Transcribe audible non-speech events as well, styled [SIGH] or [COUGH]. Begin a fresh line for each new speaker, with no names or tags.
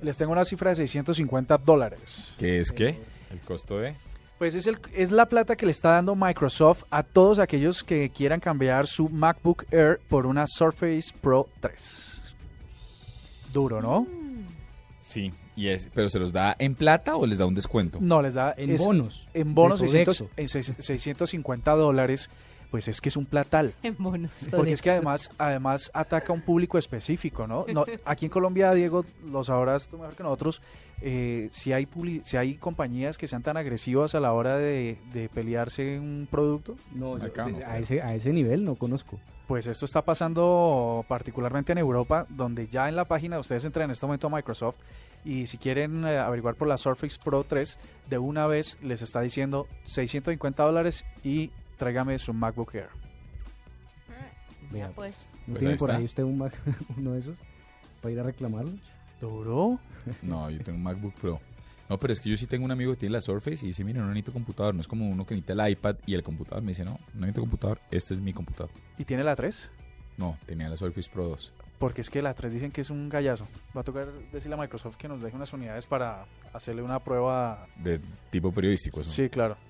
Les tengo una cifra de 650 dólares.
¿Qué es qué? El costo de...
Pues es, el, es la plata que le está dando Microsoft a todos aquellos que quieran cambiar su MacBook Air por una Surface Pro 3. Duro, ¿no?
Mm.
Sí, y es, pero ¿se los da en plata o les da un descuento?
No, les da
En
es-
bonos.
En bonos
de
600,
Sodexo.
en seis- 650 dólares. Pues es que es un platal.
En bonos.
Porque es que además, además ataca a un público específico, ¿no? No, Aquí en Colombia, Diego, lo sabrás tú mejor que nosotros, eh, si, hay publi- si hay compañías que sean tan agresivas a la hora de, de pelearse un producto,
No, yo-
Acá no,
de-
pero-
a, ese, a ese nivel no conozco.
pues esto está pasando particularmente en Europa, donde ya en la página ustedes entran en este momento a Microsoft y si quieren eh, averiguar por la Surface Pro 3, de una vez les está diciendo 650 dólares y tráigame su MacBook Air.
Vea,
Ya pues.
¿No
Pues
tiene
ahí
por
está.
ahí usted un Mac- [LAUGHS] uno de esos para ir a reclamarlo?
¿Duro?
[LAUGHS] No, yo tengo un MacBook Pro. No, pero es que yo sí tengo un amigo que tiene la Surface y dice, mira, no necesito computador. No es como uno que necesita el iPad y el computador. Me dice, no, no necesito computador. Este es mi computador.
¿Y tiene la 3?
No, tenía la Surface Pro 2.
Porque es que la 3 dicen que es un gallazo. Va a tocar decirle a Microsoft que nos deje unas unidades para hacerle una prueba.
De tipo periodístico. eso.
Sí, claro.